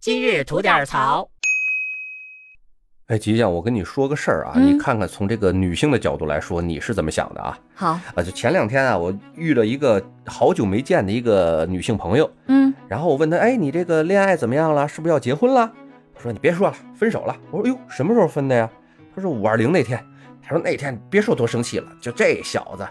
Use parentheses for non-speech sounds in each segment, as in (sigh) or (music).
今日吐点槽。哎，吉祥，我跟你说个事儿啊，嗯你看看从这个女性的角度来说，你是怎么想的啊？好，啊，就前两天啊，我遇了一个好久没见的一个女性朋友，嗯然后我问她，哎，你这个恋爱怎么样了？是不是要结婚了？她说你别说了，分手了。我说，哎呦，什么时候分的呀？她说五二零那天。她说那天别说多生气了，就这小子，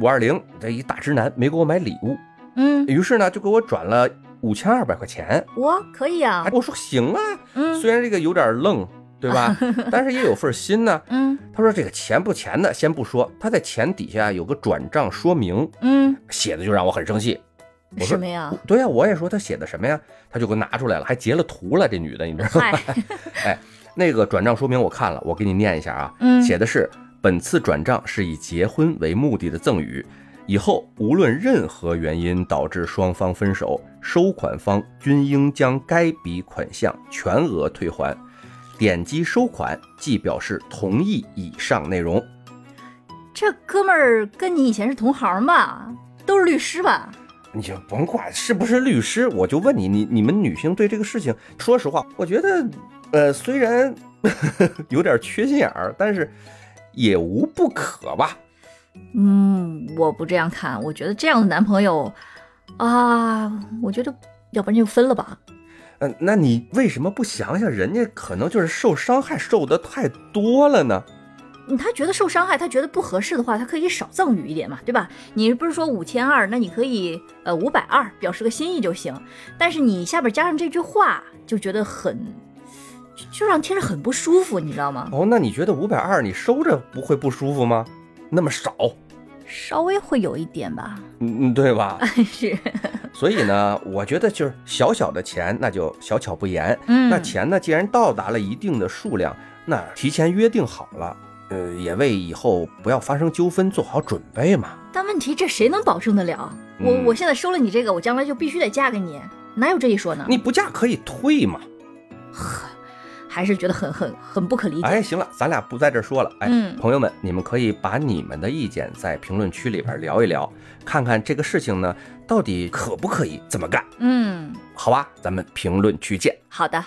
五二零这一大直男没给我买礼物，嗯，于是呢就给我转了五千二百块钱。我可以啊哎，，我说行啊，嗯虽然这个有点愣，对 (laughs) 吧？但是也有份心呢。嗯他说这个钱不钱的先不说，他在钱底下有个转账说明，嗯，写的就让我很生气。我说什么呀？对呀、我也说他写的什么呀？他就给我拿出来了，还截了图了。这女的，你知道吗？哎，那个转账说明我看了，我给你念一下啊，嗯写的是本次转账是以结婚为目的的赠与，以后无论任何原因导致双方分手，收款方均应将该笔款项全额退还。点击收款即表示同意以上内容。这哥们儿跟你以前是同行吧？都是律师吧？你就甭管是不是律师，我就问你，你你们女性对这个事情，说实话，我觉得，呃，虽然 (laughs) 有点缺心眼儿，但是也无不可吧。嗯，我不这样看，我觉得这样的男朋友啊，我觉得要不然就分了吧。嗯、那你为什么不想想，人家可能就是受伤害受的太多了呢？嗯他觉得受伤害，他觉得不合适的话，他可以少赠予一点嘛，对吧？你不是说五千二，那你可以呃五百二，表示个心意就行。但是你下边加上这句话，就觉得很，就就让听着很不舒服，你知道吗？哦，那你觉得五百二你收着不会不舒服吗？那么少，稍微会有一点吧，嗯，嗯对吧？ (laughs) (laughs) 是，所以呢，我觉得就是小小的钱，那就小巧不言。嗯，那钱呢，既然到达了一定的数量，那提前约定好了，呃，也为以后不要发生纠纷做好准备嘛。但问题这谁能保证得了？我嗯我现在收了你这个，我将来就必须得嫁给你，哪有这一说呢？你不嫁可以退嘛。还是觉得很很很不可理解。哎，行了，咱俩不在这儿说了。哎，嗯朋友们，你们可以把你们的意见在评论区里边聊一聊，看看这个事情呢到底可不可以怎么干，嗯，好吧？咱们评论区见。好的，